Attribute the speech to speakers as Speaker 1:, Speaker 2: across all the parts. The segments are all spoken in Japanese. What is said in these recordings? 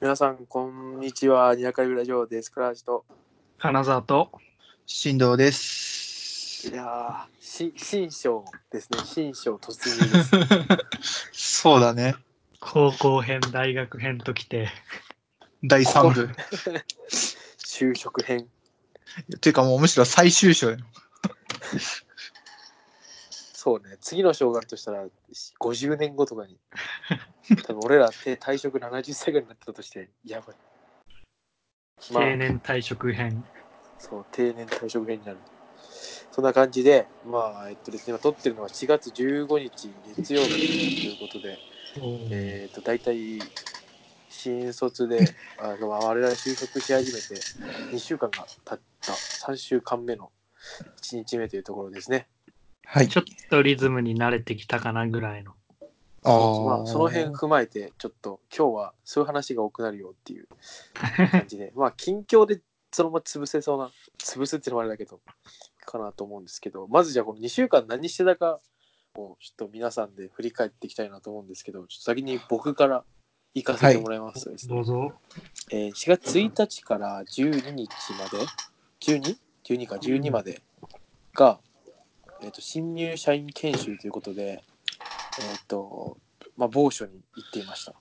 Speaker 1: 皆さん、こんにちは。200回ラジオです。クラージと。
Speaker 2: 金沢と
Speaker 3: 振動で
Speaker 1: い
Speaker 3: す。
Speaker 1: やー、し新章ですね。新章突入です。
Speaker 3: そうだね。
Speaker 2: 高校編、大学編と来て、
Speaker 3: 第3部。
Speaker 1: 就職編。
Speaker 3: っていうかもうむしろ最終章だよ。
Speaker 1: そうね。次の章があるとしたら、50年後と かに。多分俺らって退職70歳ぐらいになってたとして、やばい。まあ
Speaker 2: 定年退職編。
Speaker 1: そう、定年退職編になる。そんな感じで、まあ、えっとですね、今撮ってるのは4月15日月曜日ということで、えっと、大体、新卒で、あの、我々就職し始めて、2週間が経った、3週間目の1日目というところですね。
Speaker 3: はい
Speaker 2: ちょっとリズムに慣れてきたかなぐらいの。
Speaker 3: あ
Speaker 1: まあ、その辺踏まえて、ちょっと、今日はそういう話が多くなるよっていう感じで、まあ、近況でそのまま潰せそうな、潰すっていうのもあれだけど、かなと思うんですけど、まずじゃあ、この2週間何してたかを、ちょっと皆さんで振り返っていきたいなと思うんですけど、ちょっと先に僕から行かせてもらいますとですね
Speaker 2: どうぞ。
Speaker 1: えー4月1日から12日まで 12?12 か12までが、えー、と新入社員研修ということで、えっとまあ、某所に行っていました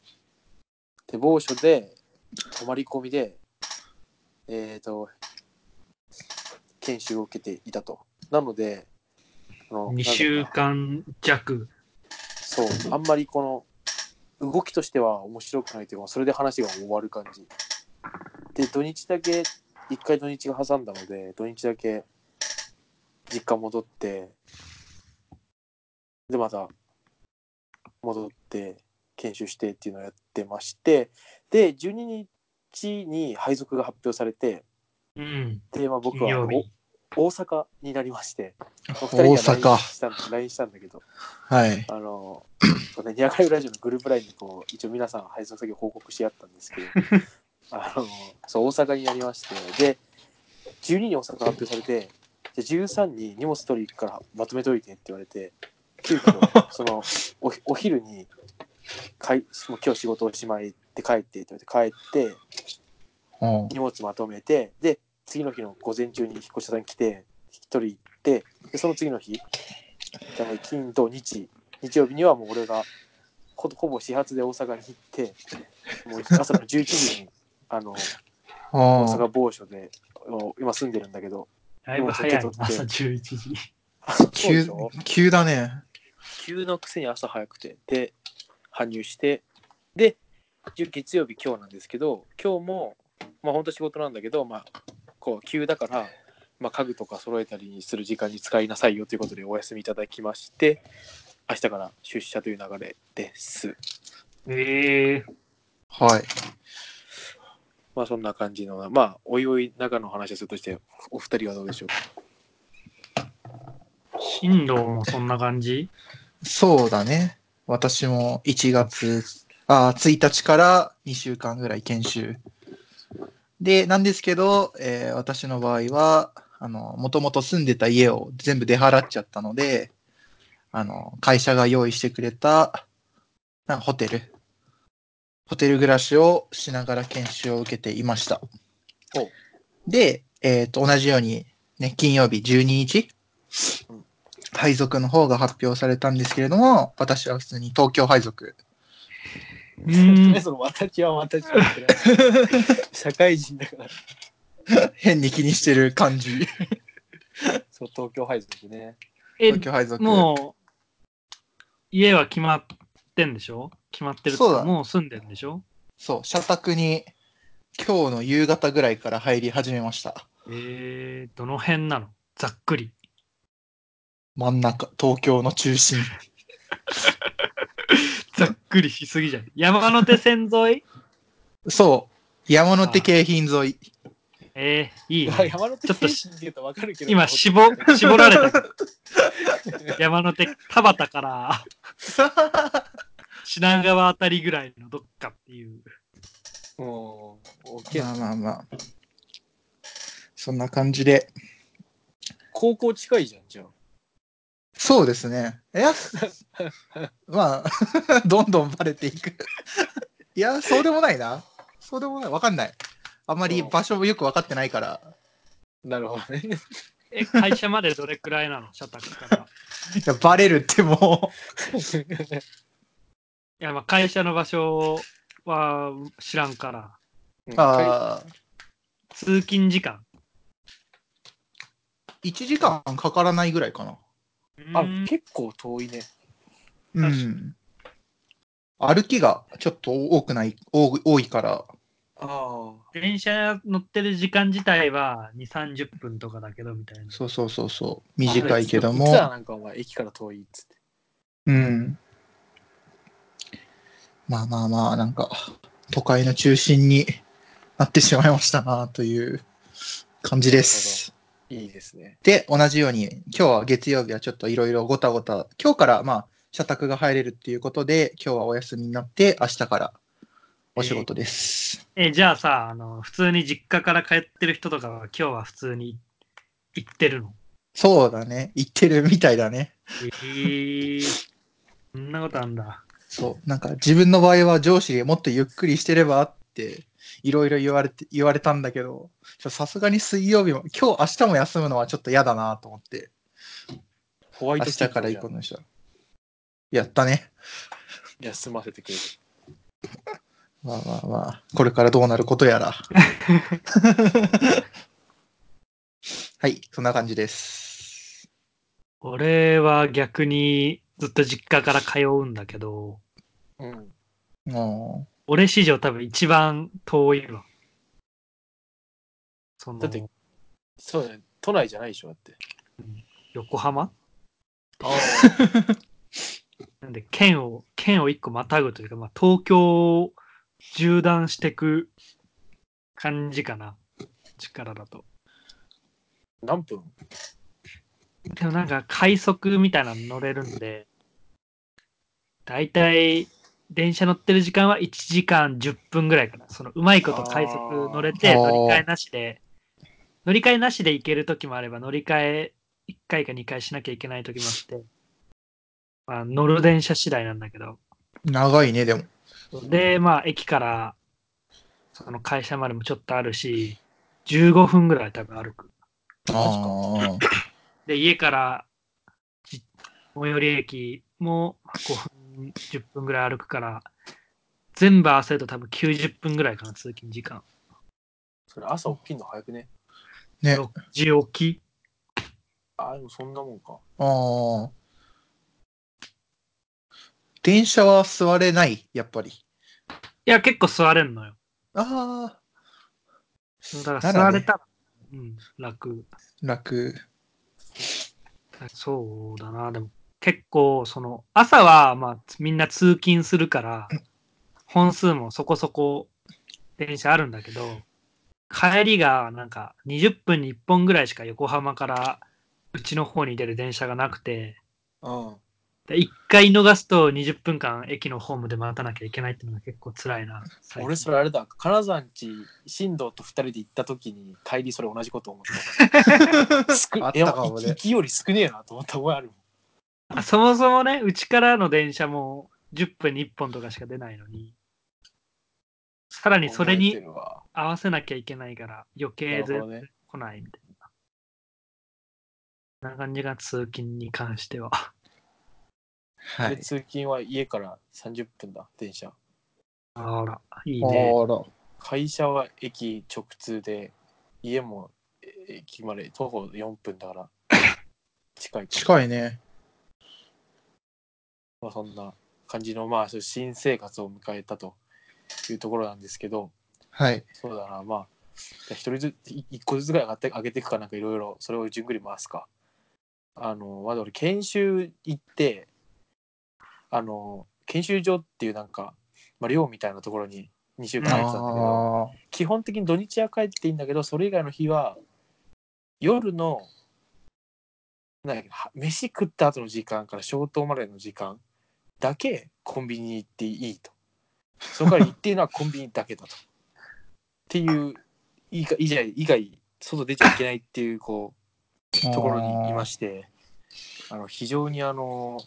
Speaker 1: で某所で泊まり込みで、えっと研修を受けていたとなのであの
Speaker 2: 2
Speaker 1: な
Speaker 2: 週
Speaker 1: んだろ
Speaker 2: 間弱。
Speaker 1: うなそうあんまりこの動きとしては面白くないというかそれで話が終わる感じで土日だけ一回土日が挟んだので土日だけ実家戻ってでまた戻って研修してっていうのをやってましてで12日に配属が発表されて
Speaker 2: うん。
Speaker 1: で、まあ、僕
Speaker 2: 金
Speaker 1: はあの
Speaker 2: 曜日。
Speaker 1: 大阪になりましてお二人
Speaker 3: 大
Speaker 1: には LINE
Speaker 3: 阪。
Speaker 1: したん LINE したんだけど
Speaker 3: はい。
Speaker 1: あの、これね、ニアカイブラジオのグループラインにこう、一応皆さん配送先を報告し合ったんですけど、あの、そう、大阪になりまして、で、12に大阪が発表されて、で13に荷物取り行くからまとめといてって言われて、急遽、その、おお昼に、かいもう今日仕事おしまいって帰ってって言われて、帰って、
Speaker 3: うん
Speaker 1: 荷物まとめてで次の日の午前中に引っ越し屋さん来て一人行ってでその次の日だから金土日日曜日にはもう俺がほほぼ始発で大阪に行ってもう朝の11時にあの大阪某所でお今住んでるんだけど
Speaker 2: だいぶ早い
Speaker 1: でも
Speaker 2: な
Speaker 1: ちょっ、と
Speaker 2: 朝11時。
Speaker 1: そうで
Speaker 3: 急
Speaker 1: しょ
Speaker 3: 急だね。
Speaker 1: 急のくせに朝早くてで搬入してで一応月曜日今日なんですけど今日もまあ本当仕事なんだけどまあこう急だから、まあ、家具とか揃えたりする時間に使いなさいよということでお休みいただきまして明日から出社という流れです
Speaker 2: ええ
Speaker 3: はい。
Speaker 1: まあそんな感じのまあおいおい中の話をするとしてお二人はどうでしょうか
Speaker 2: 進路もそんな感 じ
Speaker 3: そうだね。私も1月、あ、1日から2週間ぐらい研修。で、なんですけど、えー私の場合は、あの、もともと住んでた家を全部出払っちゃったので、あの、会社が用意してくれた、なんかホテル。ホテル暮らしをしながら研修を受けていました
Speaker 1: お。
Speaker 3: で、えっ、と、同じように、ね、金曜日12日配属の方が発表されたんですけれども、私は普通に東京配属。
Speaker 2: うー ん。
Speaker 1: その私は私は 社会人だから
Speaker 3: 変に気にしてる感じ。
Speaker 1: そう東京配属ね
Speaker 2: え
Speaker 3: 東、京配属。
Speaker 2: もう、家は決まってんでしょ決まってるって
Speaker 3: そうだ
Speaker 2: もう住んでんでしょ
Speaker 3: そう、社宅に今日の夕方ぐらいから入り始めました。
Speaker 2: えー、どの辺なのざっくり。
Speaker 3: 真ん中、東京の中心。
Speaker 2: ざっくりしすぎじゃん。 山手線沿い
Speaker 3: そう、山手京浜沿い。
Speaker 2: えー、いいね、
Speaker 1: 山手
Speaker 2: ちょっと
Speaker 1: 精神って言うと分かるけど
Speaker 2: 今絞、絞られた。山手、田畑から品川あたりぐらいのどっかっていう。
Speaker 1: もう、大きい
Speaker 3: まあまあまあ。そんな感じで。
Speaker 1: 高校近いじゃん、じゃあ。
Speaker 3: そうですね。いや、 まあ、どんどんバレていく。いや、そうでもないな。そうでもない。わかんない。あんまり場所もよく分かってないから。
Speaker 1: なるほどね。
Speaker 2: え、会社までどれくらいなの社宅から。
Speaker 3: いやバレるっても
Speaker 2: いや、まあ会社の場所は知らんから。
Speaker 1: う
Speaker 3: う、
Speaker 1: ん
Speaker 3: ああ、
Speaker 2: 通勤時間。
Speaker 3: 1時間かからないぐらいかな。
Speaker 1: あ
Speaker 2: うん、
Speaker 1: 結構遠いね。
Speaker 3: う
Speaker 2: 確か
Speaker 3: ん。歩きがちょっと多くない、多多いから。
Speaker 1: あ
Speaker 2: 電車乗ってる時間自体は2、30分とかだけどみたいな。
Speaker 3: そうそうそうそう。
Speaker 1: あ。
Speaker 3: 短いけど
Speaker 1: いつは
Speaker 3: も。
Speaker 1: なんかお前、駅から遠いっつって。
Speaker 3: うん。まあまあまあ、なんか、都会の中心になってしまいましたな、という感じです。
Speaker 1: いいですね。
Speaker 3: で、同じように、今日は月曜日はちょっといろいろごたごた、今日からまあ、社宅が入れるっていうことで、今日はお休みになって、明日からお仕事です。
Speaker 2: え、じゃあさ、あの、普通に実家から帰ってる人とかは今日は普通に行ってる の。
Speaker 3: そうだね。行ってるみたいだね。
Speaker 2: えー、そんなことあんだ。
Speaker 3: そう。なんか自分の場合は上司にもっとゆっくりしてればって、いろいろ言われて、言われたんだけど、ちょさすがに水曜日も、今日明日も休むのはちょっと嫌だなと思って、
Speaker 1: ホワイ
Speaker 3: 明
Speaker 1: ト
Speaker 3: 日から行こ
Speaker 1: う
Speaker 3: うのした。やったね。
Speaker 1: 休ませてくれる。
Speaker 3: まあまあまあ、これからどうなることやら。はい、そんな感じです。
Speaker 2: 俺は逆にずっと実家から通うんだけど、
Speaker 1: うん。
Speaker 3: も
Speaker 2: 俺史上多分一番遠いわ。その
Speaker 1: だってそうだね。都内じゃないでしょ、だって。
Speaker 2: 横浜
Speaker 1: ああ。
Speaker 2: なんで県を、県を一個またぐというか、まあ、東京を縦断してく感じかな。力だと。
Speaker 1: 何分
Speaker 2: でもなんか快速みたいなの乗れるんで、だいたい電車乗ってる時間は1時間10分ぐらいかな。そのうまいこと快速乗れて
Speaker 3: あー
Speaker 2: 乗り換えなしで、乗り換えなしで行ける時もあれば乗り換え1回か2回しなきゃいけない時もあって、まあ乗る電車次第なんだけど。
Speaker 3: う、長いね、でも。
Speaker 2: で、まあ駅からその会社までもちょっとあるし、15分ぐらい多分歩く。
Speaker 3: ああ。
Speaker 2: で、家からじ最寄り駅もまあ5分、10分ぐらい歩くから、全部合わせると多分90分ぐらいかな、通勤時間。
Speaker 1: それ朝起きんの早くね。
Speaker 3: ね、あ
Speaker 2: 6時起き
Speaker 1: ああ、でもそんなもんか。
Speaker 3: あ。電車は座れない、やっぱり。
Speaker 2: いや、結構座れんのよ。
Speaker 3: ああ、
Speaker 2: だか
Speaker 3: な
Speaker 2: ら座
Speaker 3: らね
Speaker 2: れたら、うん、楽。
Speaker 3: 楽。
Speaker 2: そうだな、でも結構、その、朝は、まあ、みんな通勤するから、本数もそこそこ電車あるんだけど、帰りがなんか20分に1本ぐらいしか横浜からうちの方に出る電車がなくて、
Speaker 1: うん。
Speaker 2: で1回逃すと20分間駅のホームで待たなきゃいけないっていうのが結構辛いな。最近
Speaker 1: 俺それあれだ、金沢んち、新藤と二人で行った時に帰りそれ同じこと思 った。少
Speaker 3: あっ
Speaker 1: いや
Speaker 3: たかもね
Speaker 1: 行きより少ねえなと思った覚えあるもん。
Speaker 2: あそもそもね、うちからの電車も10分に1本とかしか出ないのに、さらにそれに
Speaker 1: 覚えてるわ
Speaker 2: 合わせなきゃいけないから余
Speaker 1: な
Speaker 2: 計
Speaker 1: る
Speaker 2: で
Speaker 1: ほどね。
Speaker 2: 来ないみたいな。そんな感じが通勤に関しては。
Speaker 3: は
Speaker 1: で
Speaker 3: い。
Speaker 1: 通勤は家から30分だ、電車。
Speaker 2: あら、いい
Speaker 3: あ
Speaker 2: ね。
Speaker 3: ら。
Speaker 1: 会社は駅直通で、家も駅まで徒歩4分だから、近い。
Speaker 3: 近いね。
Speaker 1: まあ、そんな感じの、まあ、そう新生活を迎えたというところなんですけど、
Speaker 3: はい。
Speaker 1: そうだな、まあ、じゃあ一人ずつ、い一個ずつぐらい上がって上げていくかなんかいろいろ、それを順繰り回すか。あの、まだ俺、研修行って、あの、研修所っていうなんか、まあ、寮みたいなところに2週間
Speaker 3: あ
Speaker 1: 入ってたんだけど、
Speaker 3: あ。
Speaker 1: 基本的に土日は帰っていいんだけど、それ以外の日は、夜の、なんだっけは飯食った後の時間から消灯までの時間だけコンビニに行っていいと。そこから行っていいのはコンビニだけだと。っていう、以外、以外以外外出ちゃいけないっていう、こう、ところにいまして、あの、非常にあの、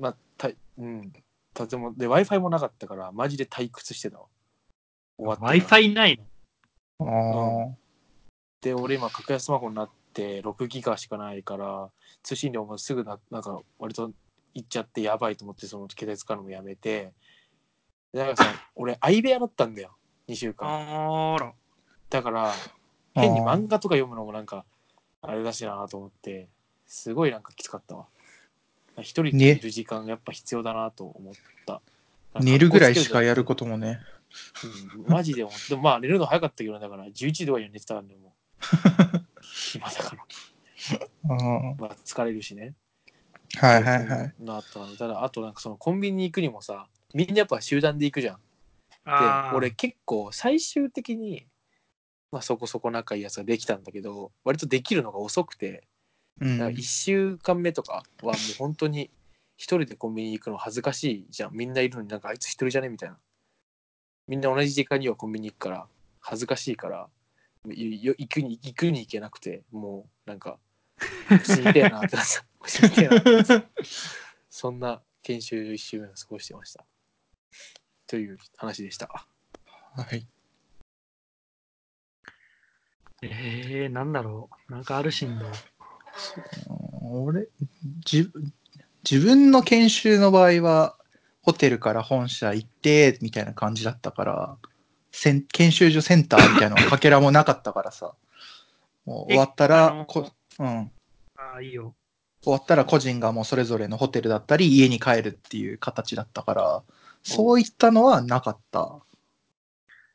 Speaker 1: まあ、たうん、たでもで Wi-Fi もなかったからマジで退屈してたわ終わってから
Speaker 2: Wi-Fi ないの。
Speaker 3: あー
Speaker 1: で俺今格安スマホになって6ギガしかないから通信量もすぐななんか割といっちゃってやばいと思ってその携帯使うのもやめてでなんかさ俺相部屋だったんだよ2週間
Speaker 2: あら。
Speaker 1: だから変に
Speaker 3: あー
Speaker 1: 漫画とか読むのもなんかあれだしなと思ってすごいなんかきつかったわ一人でいる時間がやっぱ必要だなと思った、なんか
Speaker 3: 寝るぐらいしかやることもね。
Speaker 1: うんマジで思ってでもまあ寝るの早かったけどねだから11時とかには寝てたんで もう暇だから
Speaker 3: あー
Speaker 1: まあ疲れるしね
Speaker 3: はいはいはい。
Speaker 1: なったのただあとなんかそのコンビニ行くにもさみんなやっぱ集団で行くじゃん
Speaker 2: あ
Speaker 1: で俺結構最終的に、まあ、そこそこ仲いいやつができたんだけど割とできるのが遅くて
Speaker 3: うん
Speaker 1: だから1週間目とかはもう本当に一人でコンビニ行くの恥ずかしいじゃんみんないるのになんかあいつ一人じゃねみたいなみんな同じ時間にはコンビニ行くから恥ずかしいからいよ行くに行くに行けなくてもうなんか死にてえなってな った死にてえなってなったそんな研修1週目を過ごしてましたという話でした
Speaker 3: はい。
Speaker 2: えー、なんだろう。なんかあるしんど。
Speaker 3: 俺、自分自分の研修の場合は、ホテルから本社行って、みたいな感じだったから、せん研修所センターみたいなのかけらもなかったから さ、もう終わった
Speaker 2: えあ
Speaker 3: ら
Speaker 2: の
Speaker 3: こ、うん、
Speaker 2: ああ、いいよ。
Speaker 3: 終わったら個人がもうそれぞれのホテルだったり、家に帰るっていう形だったから、そういったのはなかった。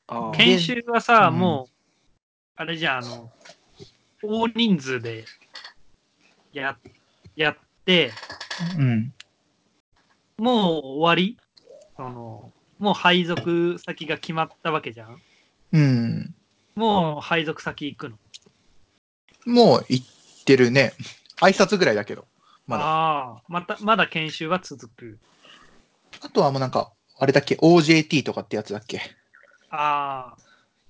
Speaker 1: あ
Speaker 3: ー
Speaker 2: 研修はさ、
Speaker 3: うん
Speaker 2: もう、あれじゃあ、あの、大人数でややって、
Speaker 3: うん。
Speaker 2: もう終わりその、もう配属先が決まったわけじゃん。
Speaker 3: うん。
Speaker 2: もう配属先行くの。
Speaker 3: もう行ってるね。挨拶ぐらいだけど、まだ。
Speaker 2: ああ、また、まだ研修は続く。
Speaker 3: あとはもうなんか、あれだっけ ?OJT とかってやつだっけ
Speaker 2: あ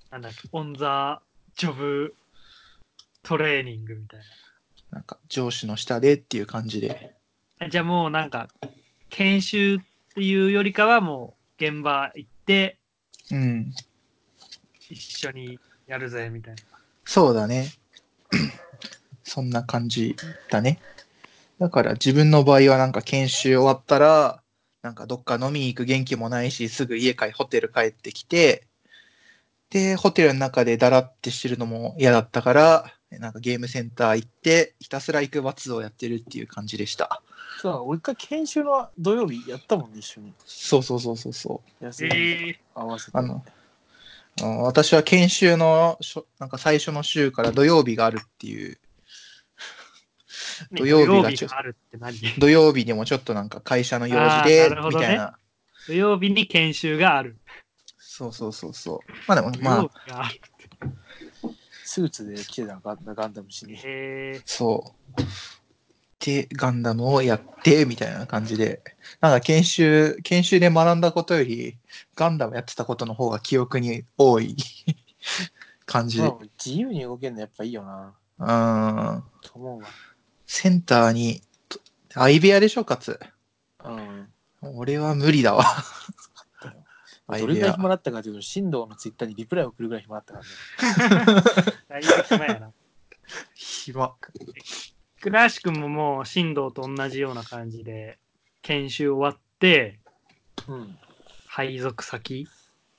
Speaker 2: あ、なんだっけ、オンザジョブトレーニングみたい
Speaker 3: なんか上司の下でっていう感じで。
Speaker 2: な。じゃあもうなんか、研修っていうよりかはもう現場行って
Speaker 3: うん。
Speaker 2: 一緒にやるぜみたいな。
Speaker 3: そうだね。 そんな感じだね。だから自分の場合はなんか研修終わったら、なんかどっか飲みに行く元気もないし、すぐ家帰、ホテル帰ってきて、で、ホテルの中でだらってしてるのも嫌だったから、なんかゲームセンター行って、ひたすら行く罰をやってるっていう感じでした。
Speaker 1: そうだ俺一回研修の土曜日やったもんね一緒に
Speaker 3: そうそうそうそうそう。
Speaker 1: 休み
Speaker 2: え
Speaker 1: 合わせて
Speaker 3: あの、あの私は研修のしょ、なんか最初の週から土曜日があるっていう、
Speaker 2: ー、
Speaker 3: 土曜日が
Speaker 2: 土曜あるって何
Speaker 3: 土曜日でもちょっとなんか会社の用事
Speaker 2: あ
Speaker 3: で、
Speaker 2: ーなるほ
Speaker 3: み
Speaker 2: どね
Speaker 3: たいな。
Speaker 2: 土曜日に研修がある。
Speaker 3: そうそうそうそう。まあでも
Speaker 2: 土、
Speaker 3: ま
Speaker 2: 曜
Speaker 3: あ、
Speaker 2: 日がある。
Speaker 1: スーツで来てたガンガンダムしに。
Speaker 2: え
Speaker 3: そう。で、ガンダムをやって、みたいな感じで。なんか研修、研修で学んだことより、ガンダムやってたことの方が記憶に多い感じ
Speaker 1: ま
Speaker 3: で。
Speaker 1: あ自由に動けるのやっぱいいよな。
Speaker 3: うん。
Speaker 1: と思う
Speaker 3: センターに、と相部屋でしょ、かつ。
Speaker 1: わ。うん。
Speaker 3: 俺は無理だわ。アイデ
Speaker 1: ど
Speaker 3: ア
Speaker 1: れぐらい暇だったかというと、進藤のツイッターにリプライを送るぐらい暇だったからね。
Speaker 2: ー、だいぶ暇やな。
Speaker 3: 暇。
Speaker 2: 倉橋君ももう、進藤と同じような感じで、研修終わって、
Speaker 1: うん。
Speaker 2: 配属先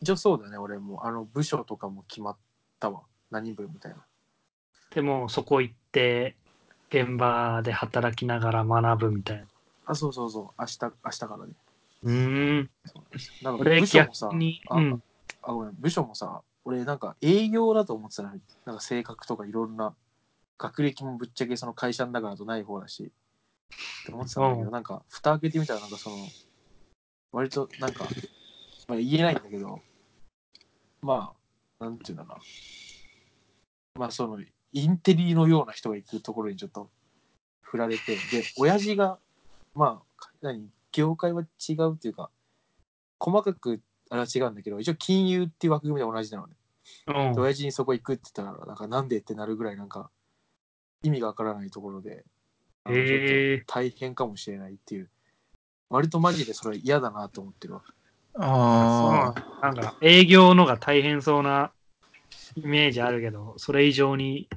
Speaker 1: 一応そうだね、俺も。あの、部署とかも決まったわ。何部みたいな。
Speaker 2: でもうそこ行って、現場で働きながら学ぶみたいな。
Speaker 1: あ、そうそうそう。明日、明日からね。
Speaker 2: うーん。
Speaker 1: なんか
Speaker 2: 俺、
Speaker 1: 部署もさ
Speaker 2: 逆、に、
Speaker 1: あ
Speaker 2: うん。
Speaker 1: あ、ごめん、部署もさ、俺なんか営業だと思ってたのに、なんか性格とかいろんな、学歴もぶっちゃけその会社の中だとない方だし、って思ってたんだけ
Speaker 2: う
Speaker 1: ど、なんか、蓋開けてみたら、なんかその、割となんか、まあ、言えないんだけど、まあ、なんていうんだろうな。まあ、その、インテリのような人が行くところにちょっと振られて、で、親父が、まあ、何、業界は違うっていうか、細かくあれは違うんだけど、一応金融っていう枠組みで同じなのね。
Speaker 2: うん
Speaker 1: で親父にそこ行くって言ったら、なんかなんでってなるぐらいなんか意味がわからないところで、あのちょっと
Speaker 2: へえ
Speaker 1: 大変かもしれないっていう割とマジでそれ嫌だなと思ってるわ。
Speaker 3: ああ、
Speaker 2: そうなんか営業のが大変そうなイメージあるけど、それ以上に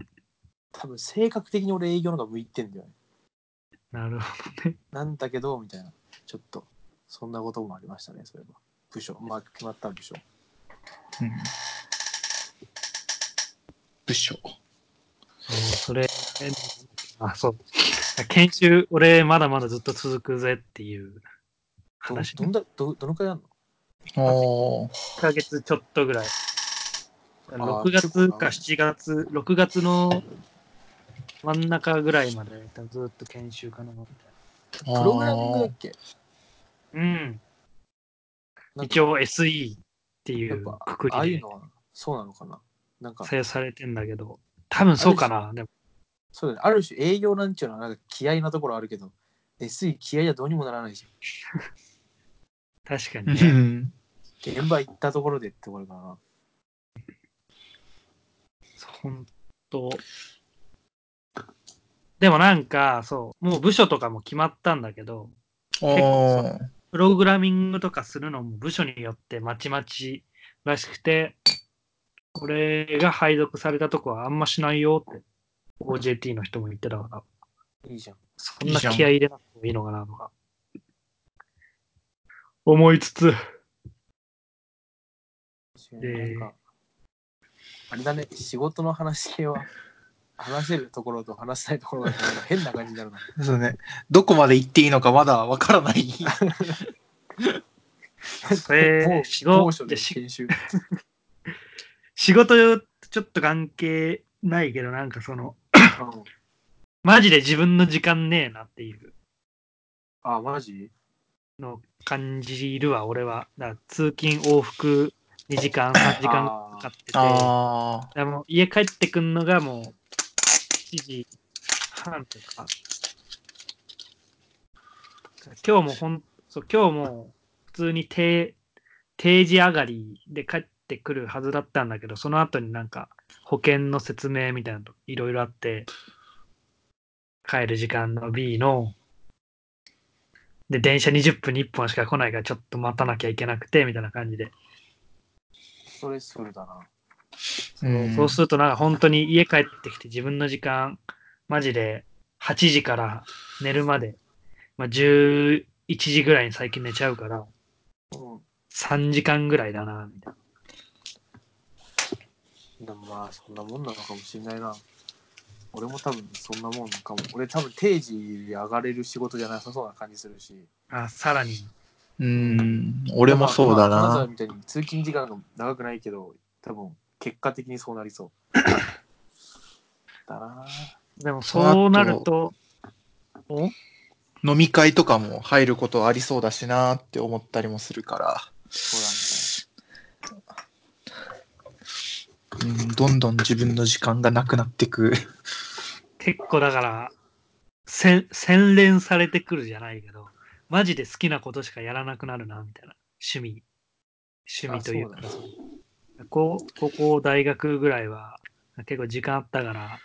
Speaker 1: 多分性格的に俺営業の方が向いてんだよね。
Speaker 2: なる。
Speaker 1: なんだけど、みたいな。ちょっと、そんなこともありましたね、そういえば。部署、まあ、決まった部署。
Speaker 3: うん。部署。
Speaker 2: それ、あ、そう。研修、俺まだまだずっと続くぜっていう
Speaker 1: ど
Speaker 2: 話。
Speaker 1: どんだどどのくらいあんの
Speaker 3: おー
Speaker 2: 1ヶ月ちょっとぐらい。
Speaker 1: あ
Speaker 2: 6月か
Speaker 1: 結
Speaker 2: 7月、6月の真ん中ぐらいまで多分ずっと研修かな。み
Speaker 3: プ
Speaker 1: プログラミングだっけ
Speaker 2: たいなうん。
Speaker 1: なん
Speaker 2: 一
Speaker 1: か、
Speaker 2: 応 SE ってい
Speaker 1: やっ
Speaker 2: う
Speaker 1: ぱ
Speaker 2: くく
Speaker 1: ああい
Speaker 2: り
Speaker 1: う
Speaker 2: で
Speaker 1: のは、そうなのかななんか、
Speaker 2: 採用されてんだけど、多分そうかな。でも
Speaker 1: そうだね。ある種営業なんちゅうのはなんか気合なところあるけど、SE 気合じゃどうにもならないじ
Speaker 2: 確かに
Speaker 3: う
Speaker 2: ね。
Speaker 3: ん。
Speaker 1: ゃん。現場行ったところでってこれかな。
Speaker 2: 本当。でもなんか、そう、もう部署とかも決まったんだけど、
Speaker 3: おー
Speaker 2: プログラミングとかするのも部署によってまちまちらしくて、これが配属されたとこはあんましないよって、OJT の人も言ってたから、
Speaker 1: いいじゃん。
Speaker 2: そんな気合い入れなくてもいいのかなとか、思いつつ、
Speaker 1: なんか、あれだね、仕事の話系は、話せるところと話せないところがなんか変な感じにな るな。
Speaker 3: そうね。どこまで行っていいのかまだわからない。
Speaker 2: それ
Speaker 1: 某
Speaker 2: 仕事
Speaker 1: 某所で
Speaker 2: でし
Speaker 1: 研修。
Speaker 2: 仕事ちょっと関係ないけど、なんかその、
Speaker 1: うん
Speaker 2: マジで自分の時間ねえなっていう
Speaker 1: あ、マジ
Speaker 2: の感じるわ、俺は。だから通勤往復2時間、3時間
Speaker 1: あー
Speaker 2: かかってて。
Speaker 3: あ
Speaker 2: でも家帰ってくんのがもう7時半とか。今日もほん、そう、今日も普通に定、定時上がりで帰ってくるはずだったんだけど、その後になんか保険の説明みたいなのいろいろあって、帰る時間の B の、で、電車20分に1本しか来ないからちょっと待たなきゃいけなくて、みたいな感じで。
Speaker 1: ストレスフルだな。
Speaker 3: あ。
Speaker 2: そうそうするとなんか本当に家帰ってきて自分の時間、マジで8時から寝るまで、まあ、11時ぐらいに最近寝ちゃうから、
Speaker 1: うん
Speaker 2: 3時間ぐらいだな、みたいな。
Speaker 1: でもまあそんなもんなのかもしれないな。俺も多分そんなもんかも。俺多分定時上がれる仕事じゃなさそうな感じするし。
Speaker 2: あ、さらに。
Speaker 3: うん。俺もそうだ
Speaker 1: まあ金沢
Speaker 3: な。
Speaker 1: みたいに通勤時間が長くないけど、多分結果的にそうなりそう。だな
Speaker 2: でもそうなると、お
Speaker 3: 飲み会とかも入ることありそうだしなって思ったりもするか
Speaker 1: そう
Speaker 3: ら。うん。どんどん自分の時間がなくなってく。
Speaker 2: 結構だから、せん洗練されてくるじゃないけど、マジで好きなことしかやらなくなるな、みたいな。趣味。趣味というか
Speaker 1: あそ。
Speaker 2: 高高校、大学ぐらいは結構時間あったから、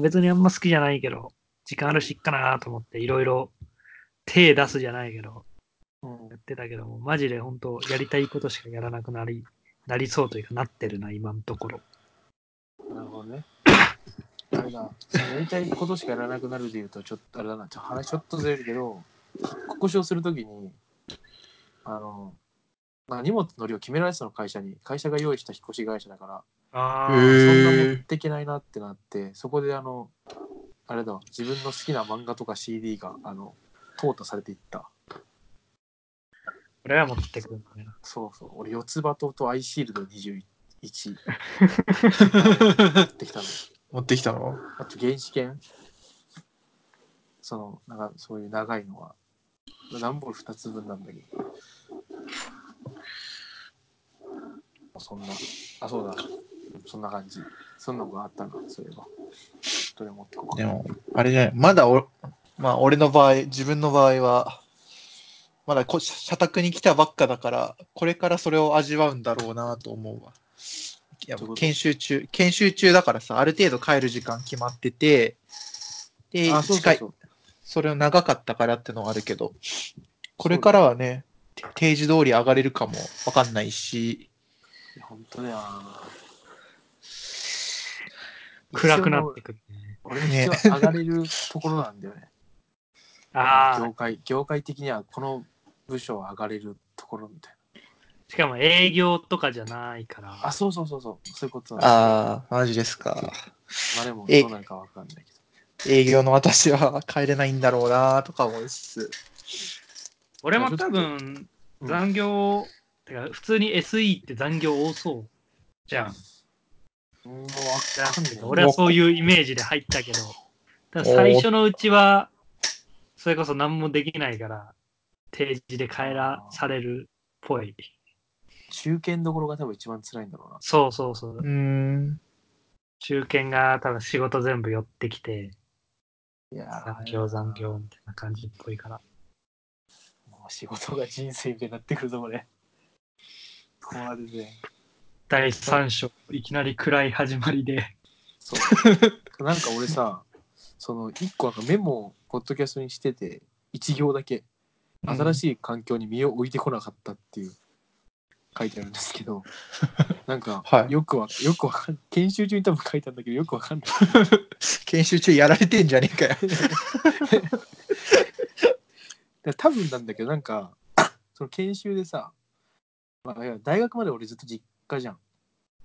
Speaker 2: 別にあんま好きじゃないけど、時間あるしいっかなと思って、いろいろ手出すじゃないけど、
Speaker 1: なんだよ。
Speaker 2: やってたけど、マジで本当やりたいことしかやらなくなり、なりそうというかなってるな、今のところ。
Speaker 1: うん、なるほどね。あれだ、やりたいことしかやらなくなるで言うと、ちょっとあれだな、ちょっと話ちょっとずれるけど、引っ越しをするときに、あの、まあ、荷物の量決められてたの会社に、会社が用意した引っ越し会社だから、
Speaker 2: あ
Speaker 3: ーへえ
Speaker 1: そんな持ってけないなってなって、そこであの、あれだわ、自分の好きな漫画とか CD が、あの、淘汰されていった。
Speaker 2: これは持ってくるんだね。
Speaker 1: そうそう、俺、四つ葉ととアイシールド21持ってきたの。
Speaker 3: 持ってきたの
Speaker 1: あと原始犬その、なんかそういう長いのは、段ボール2つ分なんだけど。そんな、あ、そうだ。そんな感じ。そんなのがあったな、そういえば。どれ持ってこうか
Speaker 3: で
Speaker 1: な。
Speaker 3: も、あれじゃない、まだお、まあ、俺の場合、自分の場合は、まだこ社宅に来たばっかだから、これからそれを味わうんだろうなと思うわ。いや
Speaker 1: どういうこと
Speaker 3: 研修中、研修中だからさ、ある程度帰る時間決まってて、で、
Speaker 1: あ、そうそう
Speaker 3: 近い
Speaker 1: そう。
Speaker 3: それを長かったからってのはあるけど、これからはね、て定時通り上がれるかもわかんないし、
Speaker 1: いや本当だよな。
Speaker 2: 暗くなってくるね。
Speaker 1: 俺の一応上がれるところなんだよね。
Speaker 2: ああ
Speaker 1: 業、界、業界的にはこの部署は上がれるところみたい
Speaker 2: しかも営業とかじゃないから。
Speaker 1: な。あ、そうそうそうそう。そういうことなんだ
Speaker 3: ああ、マジですか。
Speaker 1: まあでもどうなるかわかんないけど。
Speaker 3: 営業の私は帰れないんだろうなとか思いつつ。
Speaker 2: 俺も多分
Speaker 1: うん
Speaker 2: 残業、てか普通に SE って残業多そうじゃん。
Speaker 1: うん、わ
Speaker 2: なん
Speaker 1: かんない
Speaker 2: か俺はそういうイメージで入ったけど、ただ最初のうちは、それこそ何もできないから、定時で帰らされるっぽい。
Speaker 1: 中堅どころが多分一番辛いんだろうな。
Speaker 2: そうそうそう。
Speaker 3: ん。
Speaker 2: 中堅が多分仕事全部寄ってきて、
Speaker 1: いや
Speaker 2: 残業残業みたいな感じっぽいから。
Speaker 1: もう仕事が人生みたいになってくるぞ、これ。困るぜ。
Speaker 2: 第3章、いきなり暗い始まりで。
Speaker 1: そう。なんか俺さ、その一個なんかメモをポッドキャストにしてて、一行だけ、新しい環境に身を置いてこなかったっていう、書いてあるんですけ ど、なんか、
Speaker 3: はい
Speaker 1: よくわ、よくわかん、研修中に多分書いたんだけど、よくわか んない。
Speaker 3: 研修中やられてんじゃねえかよ。
Speaker 1: で多分なんだけど、なんか、その研修でさ、まあ、いや大学まで俺ずっと実家じゃん。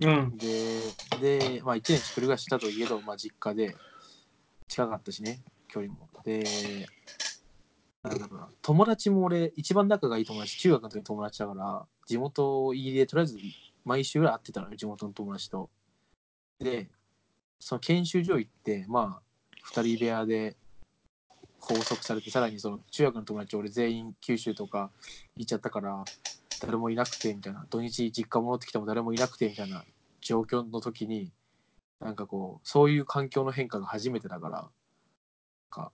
Speaker 2: うん。
Speaker 1: で、で、まあ、1年一人暮らししたといえど、まあ、実家で、近かったしね、距離も。で、なんだろうな、友達も俺、一番仲がいい友達、中学の時の友達だから、地元入りで、とりあえず、毎週ぐらい会ってたのよ、地元の友達と。で、その研修所行って、まあ、二人部屋で拘束されて、さらにその中学の友達、俺全員九州とか行っちゃったから、誰もいなくて、みたいな、土日実家戻ってきても誰もいなくて、みたいな状況の時になんかこうそういう環境の変化が初めてだからなんか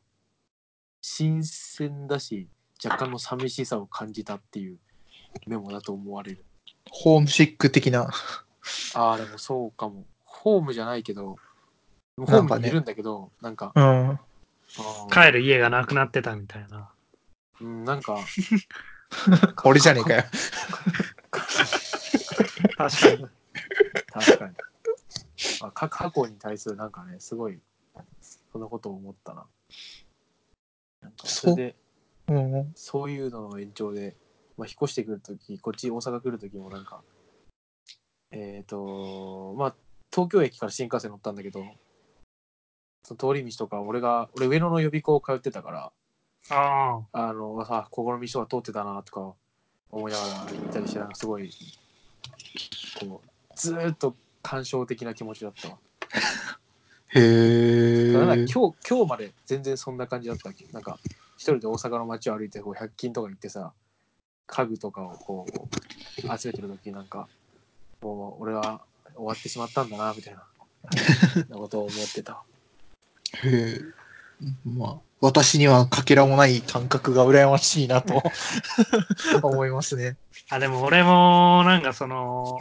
Speaker 1: 新鮮だし若干の寂しさを感じたっていうメモだと思われる
Speaker 3: ホームシック的な。
Speaker 1: ああでもそうかもホームじゃないけどホ
Speaker 3: な
Speaker 1: ー
Speaker 3: んかね
Speaker 1: ムにいるんだけどなんか,
Speaker 3: うん。
Speaker 1: あー、
Speaker 2: 帰る家がなくなってたみたいな。
Speaker 1: うん、なんか
Speaker 3: 俺じゃねえかよ。
Speaker 2: 確 かに。
Speaker 1: 確かにあか過去に対するなんかねすごいそんなことを思ったななんかそれで
Speaker 3: うん。
Speaker 1: そういうのの延長で、まあ、引っ越してくるとき、こっち大阪来るときもなんか、えっ、と、まあ、東京駅から新幹線乗ったんだけど、その通り道とか、俺が、俺上野の予備校通ってたから、
Speaker 2: あ
Speaker 1: あの、さ、ここの道は通ってたなとか思いながら行ったりして、なんかすごい、こう、ずーっと感傷的な気持ちだったわ。
Speaker 3: へ
Speaker 1: だからなん
Speaker 3: え
Speaker 1: か。今日、今日まで全然そんな感じだったわけ。なんか、一人で大阪の街を歩いて、こう、100均とか行ってさ、家具とかをこう、集めてる時になんか、もう俺は終わってしまったんだな、みたいな、 なことを思ってた。
Speaker 3: へえ。まあ、私にはかけらもない感覚が羨ましいなと 思いますね。
Speaker 2: あ。あ、でも俺も、なんかその、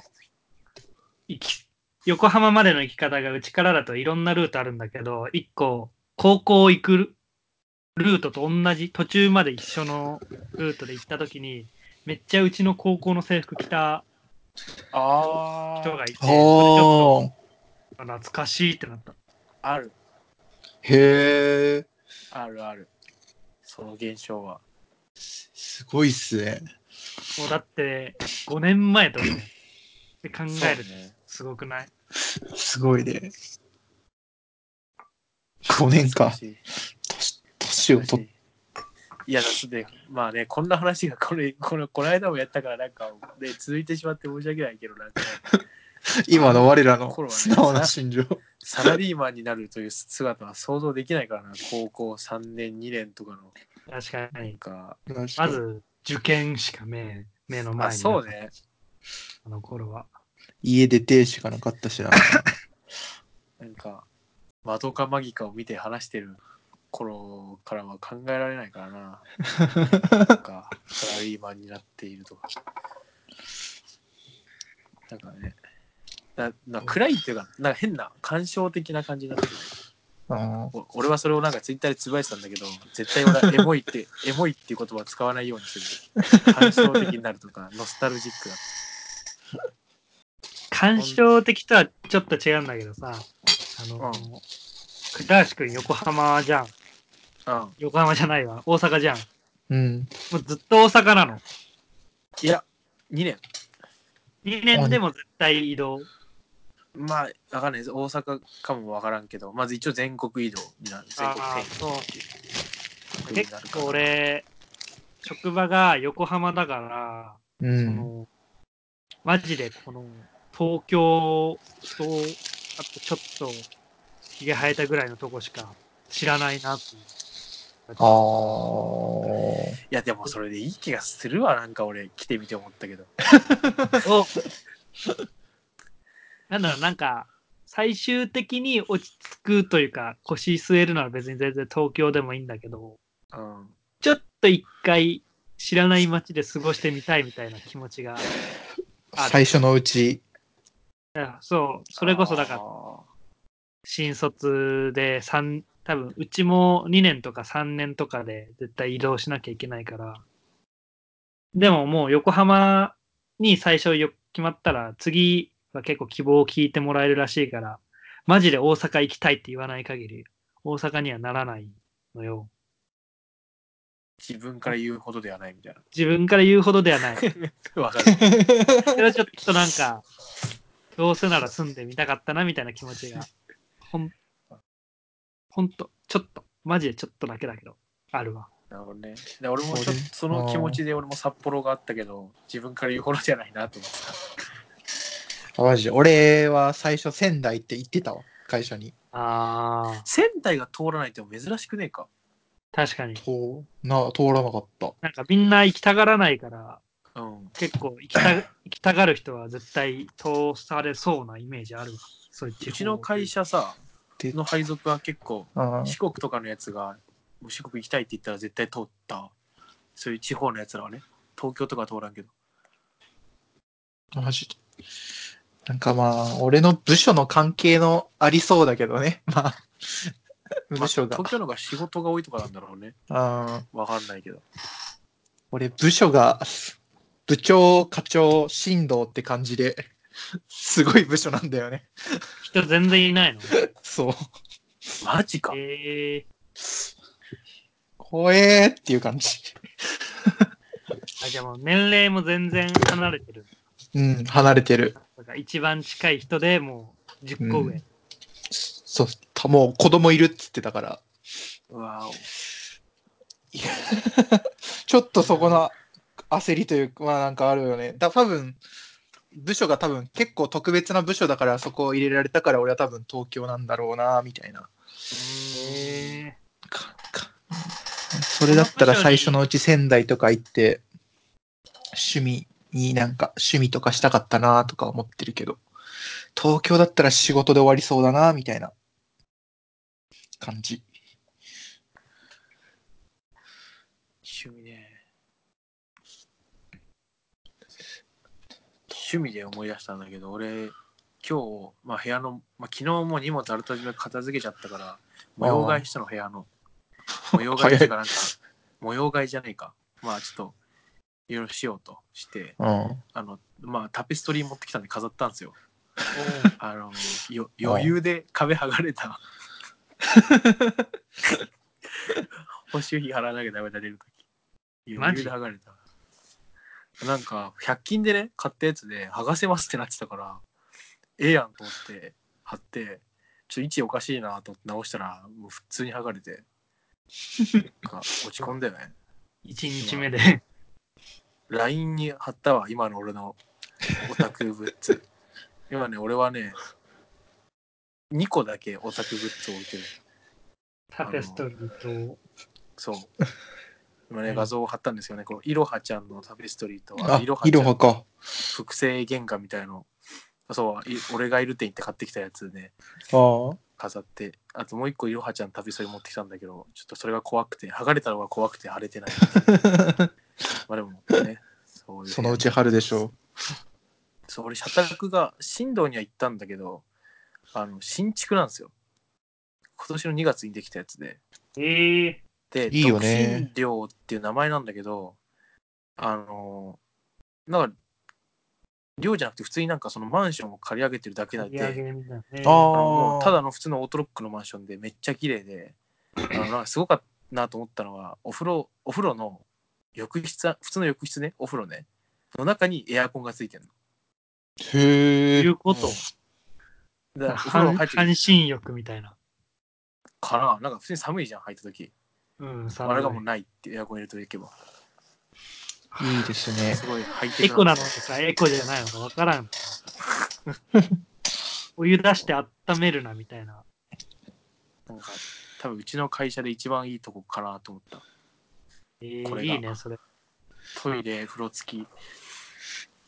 Speaker 2: 行き、横浜までの行き方がうちからだといろんなルートあるんだけど、一個、高校行くルルートと同じ、途中まで一緒のルートで行った時に、めっちゃうちの高校の制服着た
Speaker 1: あ
Speaker 2: 人がいて、それちょ
Speaker 3: ああ。
Speaker 2: っと懐かしいってなった。
Speaker 1: ある、
Speaker 3: へえ。
Speaker 1: あるある。その現象は。
Speaker 3: すごいっすね。
Speaker 2: もうだって、5年前とかね、って考えると
Speaker 1: ね。
Speaker 2: すごくない
Speaker 3: すごいね。5年か。年を取っ
Speaker 1: いやだってまあねこんな話がこれこれこの間もやったからなんか、ね、続いてしまって申し訳ないけどなんか
Speaker 3: 今の我らの
Speaker 1: 頃はね
Speaker 3: 素直な心情。
Speaker 1: サラリーマンになるという姿は想像できないからな高校3年2年とかの
Speaker 2: 確かに
Speaker 1: なん。か
Speaker 2: まず、受験しか目、目の前
Speaker 1: あ
Speaker 2: に。
Speaker 1: そう。ね
Speaker 2: あの頃は。
Speaker 3: 家出てしかなかったし な。
Speaker 1: なんかマドカマギカを見て話してる頃からは考えられないからななんかサラリーマンになっているとかなんかねなな暗いっていうかなんか変な感傷的な感じになってる
Speaker 3: うん
Speaker 1: お俺はそれをなんかツイッターでつぶやいてたんだけど、絶対俺はエモい って、エモいっていう言葉は使わないようにする。感傷的になるとか、ノスタルジックだとか。
Speaker 2: 感傷的とはちょっと違うんだけどさ、あの、
Speaker 1: うん
Speaker 2: 倉橋くん横浜じゃん。
Speaker 1: うん、
Speaker 2: 横浜じゃないわ。大阪じゃん。
Speaker 3: うん。
Speaker 2: もうずっと大阪なの。
Speaker 1: いや、2年。
Speaker 2: 2年でも絶対移動。
Speaker 1: まあ、わかんないです。大阪かもわからんけど、まず一応全国移動になる。全国
Speaker 2: ああ、
Speaker 1: 転
Speaker 2: そう。
Speaker 1: 勤に
Speaker 2: 結
Speaker 1: なるから
Speaker 2: 構。俺、職場が横浜だから、
Speaker 3: う
Speaker 2: そ
Speaker 3: ん。
Speaker 2: のマジでこの東京とあとちょっとひげ生えたぐらいのとこしか知らないなっていう
Speaker 3: あー。
Speaker 1: いや、でもそれでいい気がするわ。なんか俺、来てみて思ったけど。
Speaker 2: おなんだろう、なんか、最終的に落ち着くというか、腰据えるのは別に全然東京でもいいんだけど、
Speaker 1: うん。
Speaker 2: ちょっと一回知らない街で過ごしてみたいみたいな気持ちが、いあ
Speaker 3: 最初のうち。
Speaker 2: やそう、それこそだから、
Speaker 1: ら。
Speaker 2: 新卒で3、多分、うちも2年とか3年とかで絶対移動しなきゃいけないから、でももう横浜に最初よ決まったら、次は結構希望を聞いてもらえるらしいから、マジで大阪行きたいって言わない限り、大阪にはならないのよ。
Speaker 1: 自分から言うほどではないみたい
Speaker 2: 自分から言うほどではない。
Speaker 1: な。 わかる。
Speaker 2: それはちょっとなんか、どうせなら住んでみたかったなみたいな気持ちが、ほん、ほんと、ちょっと、マジでちょっとだけだけど、あるわ。
Speaker 1: なるほどね。で俺もちょっ
Speaker 3: そ
Speaker 1: と
Speaker 3: うね
Speaker 1: その気持ちで俺も札幌があったけど、自分から言うほどじゃないなと思ってた。
Speaker 3: あマジで俺は最初仙台って言ってたわ。会社に。
Speaker 2: ああ、
Speaker 1: 仙台が通らないっても珍しくねえか。
Speaker 2: 確かに。
Speaker 3: 通な通らなかった。
Speaker 2: なんかみんな行きたがらないから、
Speaker 1: うん。
Speaker 2: 結構行き た行きたがる人は絶対通されそうなイメージあるわ。そういう
Speaker 1: うちの会
Speaker 2: 社。
Speaker 1: 社さ、
Speaker 3: で
Speaker 1: の配属は結構、
Speaker 3: うん
Speaker 1: 四国とかのやつが、もう四国行きたいって言ったら絶対通った。そういう地方のやつらはね、東京とかは通らんけど。
Speaker 3: マジで。なんかまあ、俺の部署の関係のありそうだけどね。 まあ、
Speaker 1: まあ
Speaker 3: 部署
Speaker 1: 東
Speaker 3: が。
Speaker 1: 京の方が仕事が多いとかなんだろうね。
Speaker 3: うん、
Speaker 1: わかんないけど。
Speaker 3: 俺、部署が、部長、課長、進藤って感じで、すごい部署なんだよね。
Speaker 2: 人全然いないの。
Speaker 3: そう。
Speaker 1: マジか。
Speaker 2: ええ
Speaker 3: 怖えーっていう感じ。
Speaker 2: あ、じゃあもう年齢も全然離れてる。
Speaker 3: うん、離れてる。
Speaker 2: だから一番近い人でもう10個上。
Speaker 3: うんそう、たもう子供いるっつってたから、
Speaker 1: うわお
Speaker 3: ちょっとそこの焦りというか、まあなんかあるよね。だ多分、部署が多分結構特別な部署だからそこを入れられたから俺は多分東京なんだろうな、みたいな。
Speaker 2: ええ
Speaker 3: かかそれだったら最初のうち仙台とか行って趣味になんか趣味とかしたかったなとか思ってるけど東京だったら仕事で終わりそうだなみたいな感じ
Speaker 1: 趣味ね。趣味で思い出したんだけど、俺、今日、まあ、部屋の、まあ、昨日もう荷物あらかじめ片付けちゃったから、模様替えしたの、部屋の。模様替えっていうか、なんか、模様替えじゃねえか。まあ、ちょっと、いろいろしようとして、
Speaker 3: うん
Speaker 1: あの、まあ、タペストリー持ってきたんで飾ったんですよ。 あの、よ
Speaker 3: ん
Speaker 1: 余裕で壁剥がれた。 補修費払わなきゃダメだ、出るとき。
Speaker 2: マ
Speaker 1: 余
Speaker 2: ジ
Speaker 1: 裕で剥がれた。なんか、100均でね、買ったやつで、剥がせますってなってたから、ええやんと思って、貼って、ちょっと位置おかしいなと思って直したら、もう普通に剥がれて、なんか落ち込んだよね。
Speaker 2: 1日目で。
Speaker 1: LINE に貼ったわ、今の俺のオタクグッ ズ。今ね、俺はね、2個だけオタクグッズを置いてる。
Speaker 2: タペストリーと。
Speaker 1: そう。今ね、画像を貼ったんですよね。このいろはちゃんのタペストリーと、
Speaker 3: あ
Speaker 1: いろは
Speaker 3: いろ
Speaker 1: ちゃ
Speaker 3: は
Speaker 1: んの
Speaker 3: か
Speaker 1: 複製原画みたいの、そう、い俺がいるって言って買ってきたやつで、ね、
Speaker 3: あ
Speaker 1: 飾って、あともう一個いろはちゃんのタペストリー持ってきたんだけど、ちょっとそれが怖くて、剥がれたのが怖くて貼れてない。
Speaker 3: あ
Speaker 1: まあでもね、そういう。
Speaker 3: そのうち春でしょ
Speaker 1: そう、俺、社宅が、新道には行ったんだけど、あの、新築なんですよ。今年の2月にできたやつで、
Speaker 2: ええ
Speaker 1: で、
Speaker 3: いいよね
Speaker 1: 独身寮っていう名前なんだけど、あのー、なんか、寮じゃなくて普通になんかそのマンションを借り上げてるだけなん
Speaker 2: 売り
Speaker 1: で、
Speaker 2: 上げみたいなね。
Speaker 1: あのも
Speaker 3: あ
Speaker 1: う
Speaker 3: あ。
Speaker 1: ただの普通のオートロックのマンションでめっちゃ綺麗で、あのなんかすごかったなと思ったのは、お風呂、お風呂の浴室、普通の浴室ね、お風呂ね、の中にエアコンがついてるの。
Speaker 3: へえ。
Speaker 2: いうこと。
Speaker 1: だからお風呂
Speaker 2: 半
Speaker 1: 入って
Speaker 2: 半身浴みたいな。
Speaker 1: から、なんか普通に寒いじゃん、入った時。
Speaker 2: うん、
Speaker 1: あ
Speaker 2: さ
Speaker 1: れがもうないってエアコン入れていけば。
Speaker 3: いいですね。
Speaker 1: すごい入って
Speaker 2: エコなのかさ、エコじゃないのかわから ん。お湯出して温めるなみたいな。
Speaker 1: なんか、多分うちの会社で一番いいとこかなと思った。
Speaker 2: えー
Speaker 1: これが
Speaker 2: いいね、それ。
Speaker 1: トイレ、風呂付き。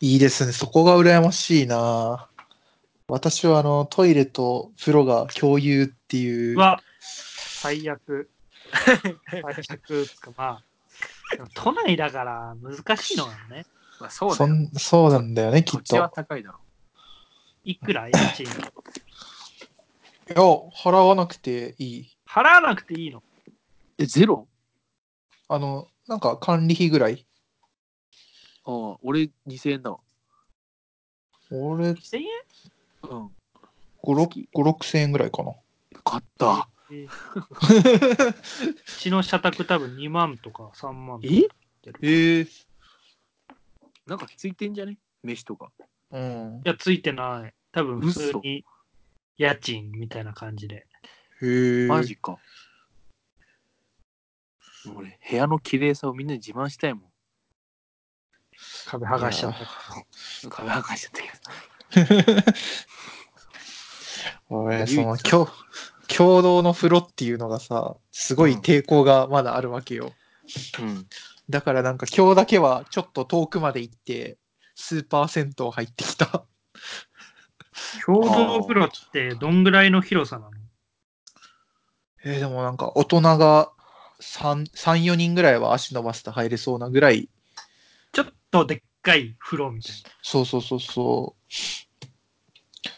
Speaker 3: いいですね。そこが羨ましいな。私はあのトイレと風呂が共有っていうう。
Speaker 2: わ、最悪。 最悪つか、まあ。でも都内だから難しいのよね。
Speaker 1: まあ、そうだ
Speaker 3: そ
Speaker 1: よ。
Speaker 3: んそうなんだよね、き
Speaker 1: 土
Speaker 3: っ
Speaker 1: 地
Speaker 3: と。
Speaker 1: は高いだろ
Speaker 2: いくら家賃
Speaker 3: いや、払わなくていい。
Speaker 2: 払わなくていいの。
Speaker 1: う。え、ゼロ
Speaker 3: あの、なんか管理費ぐらい。
Speaker 1: ああ、俺2000円だわ。
Speaker 3: 俺、5、
Speaker 2: 1000円
Speaker 1: うん。
Speaker 3: 6、5 6千円ぐらいかな。
Speaker 1: 買った。
Speaker 2: えーうちの社宅多分2万とか3万とか。
Speaker 1: え
Speaker 3: ええ
Speaker 1: なんかついてんじゃね飯とか。
Speaker 3: うん。
Speaker 2: いや、ついてない。多分普通
Speaker 1: 嘘
Speaker 2: に家賃みたいな感じで。
Speaker 3: へえ。
Speaker 1: マジか。俺、部屋の綺麗さをみんなに自慢したいもん。
Speaker 2: 壁剥がしちゃった。
Speaker 1: 壁剥がしちゃったけど。
Speaker 3: 俺、
Speaker 1: 唯一
Speaker 3: その、共共同の風呂っていうのがさ、すごい抵抗がまだあるわけよ。
Speaker 1: うん。
Speaker 3: だからなんか今日だけはちょっと遠くまで行って、スーパー銭湯入ってきた。
Speaker 2: 共同お風呂ってどんぐらいの広さなの
Speaker 3: えーでもなんか大人が3、3 4人ぐらいは足伸ばして入れそうなぐらい。
Speaker 2: ちょっとでっかい風呂みたい
Speaker 3: そうそうそうそう。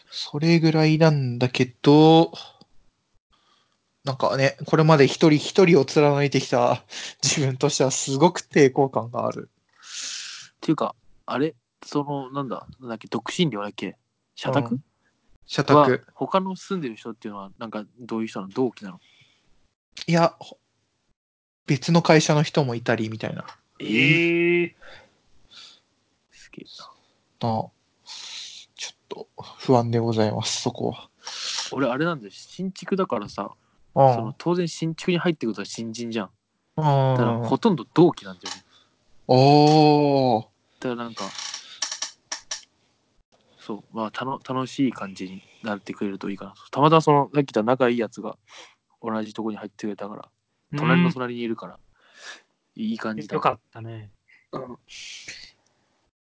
Speaker 3: それぐらいなんだけど、なんかね、これまで一人一人を貫いてきた 自分としてはすごく抵抗感がある。
Speaker 1: っていうか、あれその、なんだ、なんだっけ、独身寮だっけ社宅、
Speaker 3: うん社
Speaker 1: は
Speaker 3: 宅。
Speaker 1: 他の住んでる人っていうのは、なんかどういう人なの同期なの
Speaker 3: いや、ほ別の会社の人もいたりみたいな。
Speaker 2: な。
Speaker 1: え
Speaker 2: ええ
Speaker 1: すげえな。
Speaker 3: なちょっと不安でございます、そこは。
Speaker 1: 俺、あれなんだよ。新築だからさ、その
Speaker 3: う
Speaker 1: 当然新築に入ってくるとは新人じゃん。だから
Speaker 3: ん。うん
Speaker 1: ほとんど同期なんだよね。
Speaker 3: おー
Speaker 1: だからなんか、そう、まあたの、楽しい感じになってくれるといいかな。たまたまその、さっき言った仲いいやつが同じとこに入ってくれたから、
Speaker 2: ー。
Speaker 1: 隣の隣にいるから、いい感じだ
Speaker 2: よかったね。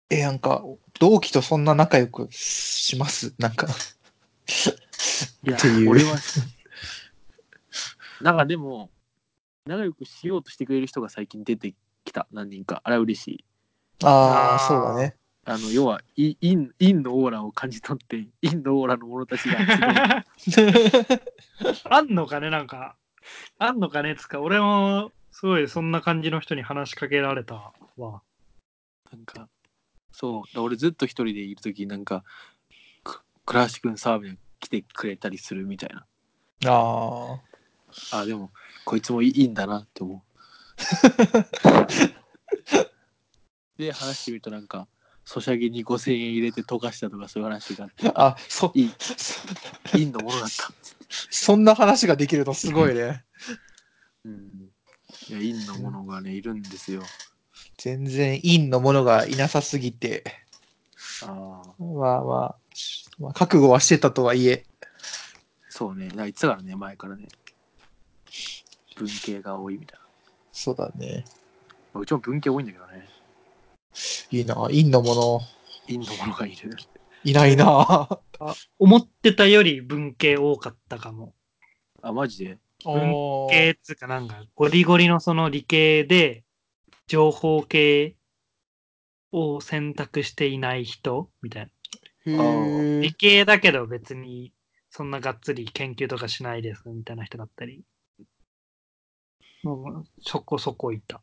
Speaker 3: え、なんか、同期とそんな仲良くしますなんか。
Speaker 1: いや
Speaker 3: っていう
Speaker 1: 俺は、 なんかでも、仲良くしようとしてくれる人が最近出てきた、何人か。あれは嬉しい。
Speaker 3: ああ、
Speaker 2: あー
Speaker 3: そうだね。
Speaker 1: あの、要は、い陰陰のオーラを感じ取って、 陰のオーラの者たちが 集まる、
Speaker 2: あんのかねなんか。あんのかねつか、俺もすごいそんな感じの人に話しかけられたわ。
Speaker 1: なんか、そう、だから俺ずっと一人でいるとき、なんか、く倉橋くんサーブに来てくれたりするみたいな。
Speaker 3: あ
Speaker 1: あ、でも、こいつもいいんだなって 思う。で、話してみると、なんか、ソシャゲに5000円入れて溶かしたとかそういう話があって、
Speaker 3: あ。あ、そ、
Speaker 1: いい、
Speaker 3: そ
Speaker 1: いいのものだった。
Speaker 3: そんな話ができるのすごいね。
Speaker 1: うん。いや、いいのものがね、いるんですよ。
Speaker 3: 全然陰のものがいなさすぎて。
Speaker 1: ああ、
Speaker 3: まあまあ、まあ、覚悟はしてたとはいえ。
Speaker 1: そうね。なんか言ってたからね、前からね。文系が多いみたい
Speaker 3: そうだね。
Speaker 1: な。うちも文系多いんだけどね。
Speaker 3: いいな、陰のもの、
Speaker 1: いいのものがいる。
Speaker 3: いない な。
Speaker 2: 思ってたより文系多かったかも。
Speaker 1: あ、マジで
Speaker 3: おー
Speaker 2: 系っつうかなんか、ゴリゴリのその理系で、情報系を選択していない人みたいな。
Speaker 3: へ
Speaker 1: あ
Speaker 3: ー
Speaker 2: 理系だけど別にそんながっつり研究とかしないですみたいな人だったり、もうそこそこいた。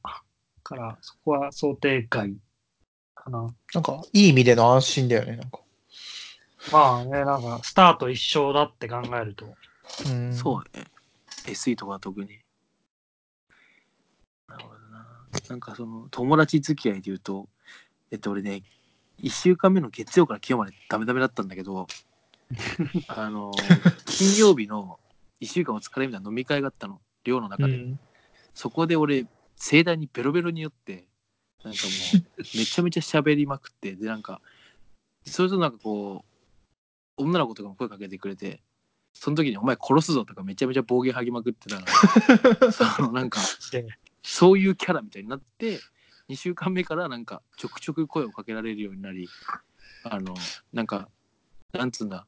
Speaker 2: から、そこは想定外かな。
Speaker 3: なんか、いい意味での安心だよね、なんか。
Speaker 2: まあね、なんか、スタート一緒だって考えると、
Speaker 3: うん。
Speaker 1: そうね。SE とかは特に。なるほどな。なんかその友達付き合いで言うと、えっと俺ね、1週間目の月曜から今日までダメダメだったんだけど、あの、金曜日の1週間お疲れみたいな飲み会があったの、寮の中
Speaker 3: う
Speaker 1: で。
Speaker 3: ん。
Speaker 1: そこで俺、盛大にベロベロに酔って、なんかもう、めちゃめちゃ喋りまくって、で、なんか、それとなんかこう、女の子とかも声かけてくれて、その時に、お前殺すぞとかめちゃめちゃ暴言吐きまくってたから、そのなんか、そういうキャラみたいになって、2週間目からなんか、ちょくちょく声をかけられるようになり、あの、なんか、なんつうんだ、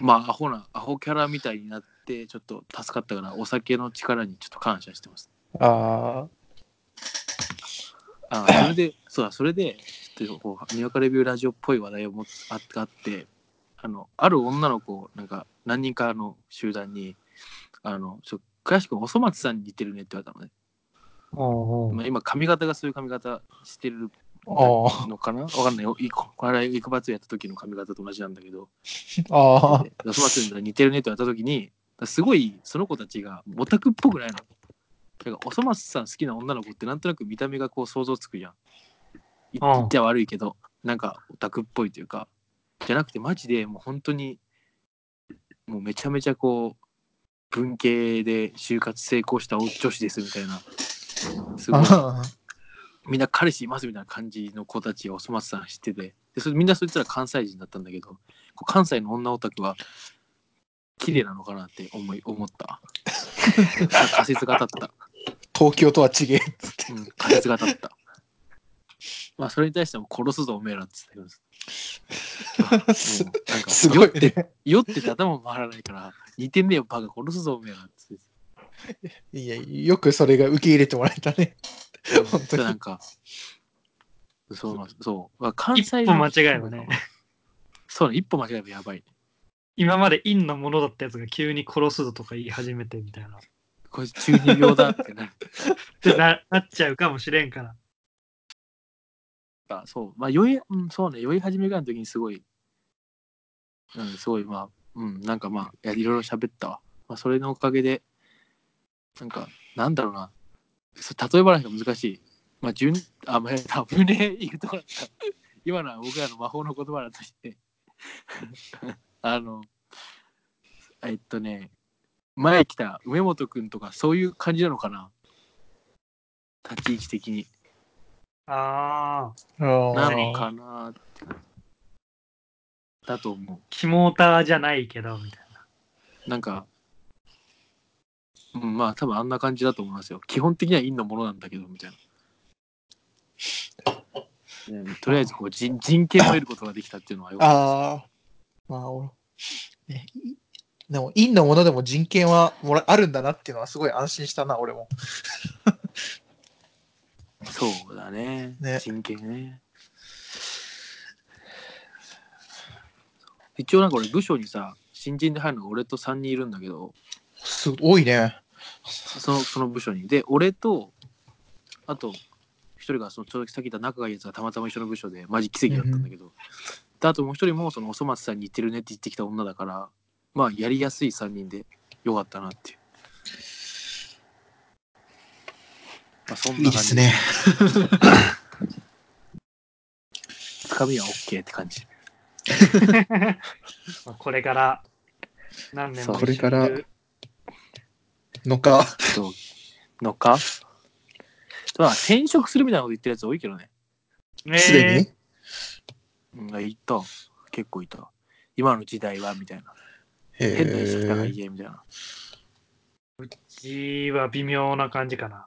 Speaker 1: まあ、アホな、アホキャラみたいになって、ちょっと助かったから、お酒の力にちょっと感謝してます。
Speaker 3: ああ、
Speaker 1: あそれで、 そうだ、それで、ちょっとこう、にわかレビューラジオっぽい話題をもつああって、あの、ある女の子、なんか、何人かの集団に、あの、ちょ詳しくおそ松さんに似てるねって言われたのね。
Speaker 2: おうおう
Speaker 1: まあ、今、髪型がそういう髪型してる
Speaker 3: ああ、
Speaker 1: のかなわかんないよ。いここの間、イクバツやった時の髪型と同じなんだけど、
Speaker 3: ああ、
Speaker 1: でおそ松に似てるねって言われた時に、すごい、その子たちがオタクっぽくないの。だから、おそ松さん好きな女の子って、なんとなく見た目がこう、想像つくじゃん。言っちゃ悪いけど、なんかオタクっぽいというか、じゃなくてマジでもう本当に、もうめちゃめちゃこう、文系で就活成功した女子ですみたいな、す ごい、
Speaker 3: あ
Speaker 1: みんな彼氏いますみたいな感じの子たちをおそ松さん知ってて、でそれみんなそいつら関西人だったんだけど、こう関西の女オタクは、綺麗なのかなって思い思 った。仮説が当たった。
Speaker 3: 東京とは違えっつって。
Speaker 1: うん、仮説が当たった。まあ、それに対しても殺すぞ、おめえらっつって言うんです。もう
Speaker 3: す
Speaker 1: なんか
Speaker 3: すごい
Speaker 1: 酔って、
Speaker 3: ね。
Speaker 1: 酔ってて頭も回らないから、似てねえよ、バカ殺すぞ、おめえらっつって。
Speaker 3: いや、よくそれが受け入れてもらえたね。本当に
Speaker 1: なんか、そうなんです、そう。まあ、関
Speaker 2: 一
Speaker 1: 西
Speaker 2: 歩
Speaker 1: の
Speaker 2: 間違えばね。
Speaker 1: そうね、一歩間違えばやばい。
Speaker 2: 今まで陰のものだったやつが急に殺すぞとか言い始めてみたいな。っ
Speaker 1: こいつ中二病だってなる。
Speaker 2: てななっちゃうかもしれんから。
Speaker 1: あ そう、まあ、酔い、うん、そうね、酔い始めぐらいの時にすごい、うん、すごい、まあ、うん、なんかまあ、いやいろいろ喋ったわ。まあ、それのおかげで、なんか、なんだろうな、そ例え話が難しい。まあ、順、あ、まあ、危ねえ、言うとこだった。 今のは僕らの魔法の言葉だとして、 あの、えっとね、前来た梅本くんとか、そういう感じなのかな。立ち位置的に。
Speaker 2: ああ、
Speaker 1: な
Speaker 3: あ
Speaker 1: の
Speaker 3: ー
Speaker 1: かなってだと思。
Speaker 2: キモーターじゃないけど、みたいう
Speaker 1: なんか、うん、まあ多分あんな感じだと思いますよ。基本的には陰のものなんだけど、みたいな。ねとりあえずこう人人権を得ることができたっていうのはよかっ
Speaker 3: ああ、まあ、おねいでも、陰のものでも人権はもらあるんだなっていうのはすごい安心したな、俺も。
Speaker 1: た。そうだね。
Speaker 3: ね
Speaker 1: 人権ね。一応なんか俺部署にさ、新人で入るのが俺と3人いるんだけど、
Speaker 3: すごいね。
Speaker 1: そのその部署に。で、俺と、あと、一人がその、ちょうどさっき言った仲がいいやつがたまたま一緒の部署で、マジ奇跡だったんだけど、であともう一人も、その、おそ松さんに似てるねって言ってきた女だから、まあ、やりやすい3人でよかったなっていう。まあ、そんな感じ。
Speaker 3: いいですね。
Speaker 1: つかみは OK って感じ。
Speaker 2: な。まあこれから、何年も
Speaker 1: そう
Speaker 3: これから
Speaker 2: 一緒にいる
Speaker 3: のか。
Speaker 1: どうのか。まあ、転職するみたいなこと言ってるやつ多いけどね。
Speaker 2: ね
Speaker 3: すでに
Speaker 1: うん、あいた。結構いた。今の時代は、みたいな。変な人が
Speaker 3: へ
Speaker 1: いえ、みたいな。
Speaker 2: G は微妙な感じかな。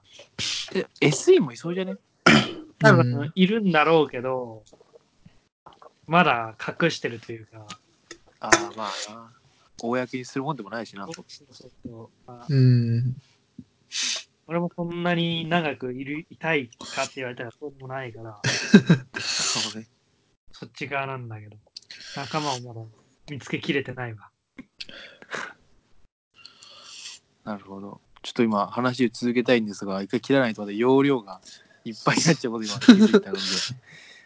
Speaker 1: で SE もいそうじゃね
Speaker 2: 多
Speaker 3: う
Speaker 2: 分
Speaker 3: ん
Speaker 2: いるんだろうけど、まだ隠してるというか、
Speaker 1: ああまあな公にするもんでもないしな
Speaker 2: そうそうそうまあ
Speaker 3: え。うん。
Speaker 2: 俺もこんなに長くいるいたいかって言われたらそうでもないから、
Speaker 1: そうね
Speaker 2: そっち側なんだけど、仲間をまだ見つけきれてないわ。
Speaker 1: なるほど。ちょっと今話を続けたいんですが、一回切らないとまだ容量がいっぱいになっちゃうことに今気づ いたので、ま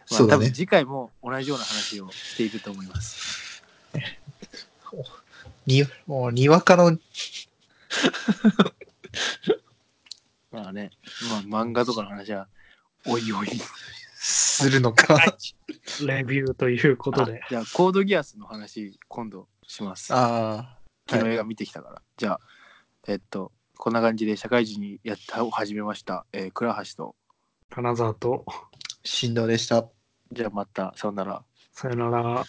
Speaker 3: そう
Speaker 1: あ
Speaker 3: だ
Speaker 1: 多
Speaker 3: ね
Speaker 1: 分次回も同じような話をしていくと思います。
Speaker 3: に、もう、にわかの、
Speaker 1: まあね、まあ漫画とかの話は、おいお い。
Speaker 3: するのか。
Speaker 2: レビューということで
Speaker 1: あ。じゃあコードギアスの話、今度します。
Speaker 3: あ
Speaker 1: 昨日映画見てきたから。じゃあ、えっと、こんな感じで社会人にやったを始めました。えー、倉橋と。
Speaker 2: 金沢と、
Speaker 3: あ、振動でした。
Speaker 1: じゃあまた、さよなら。
Speaker 2: さよなら。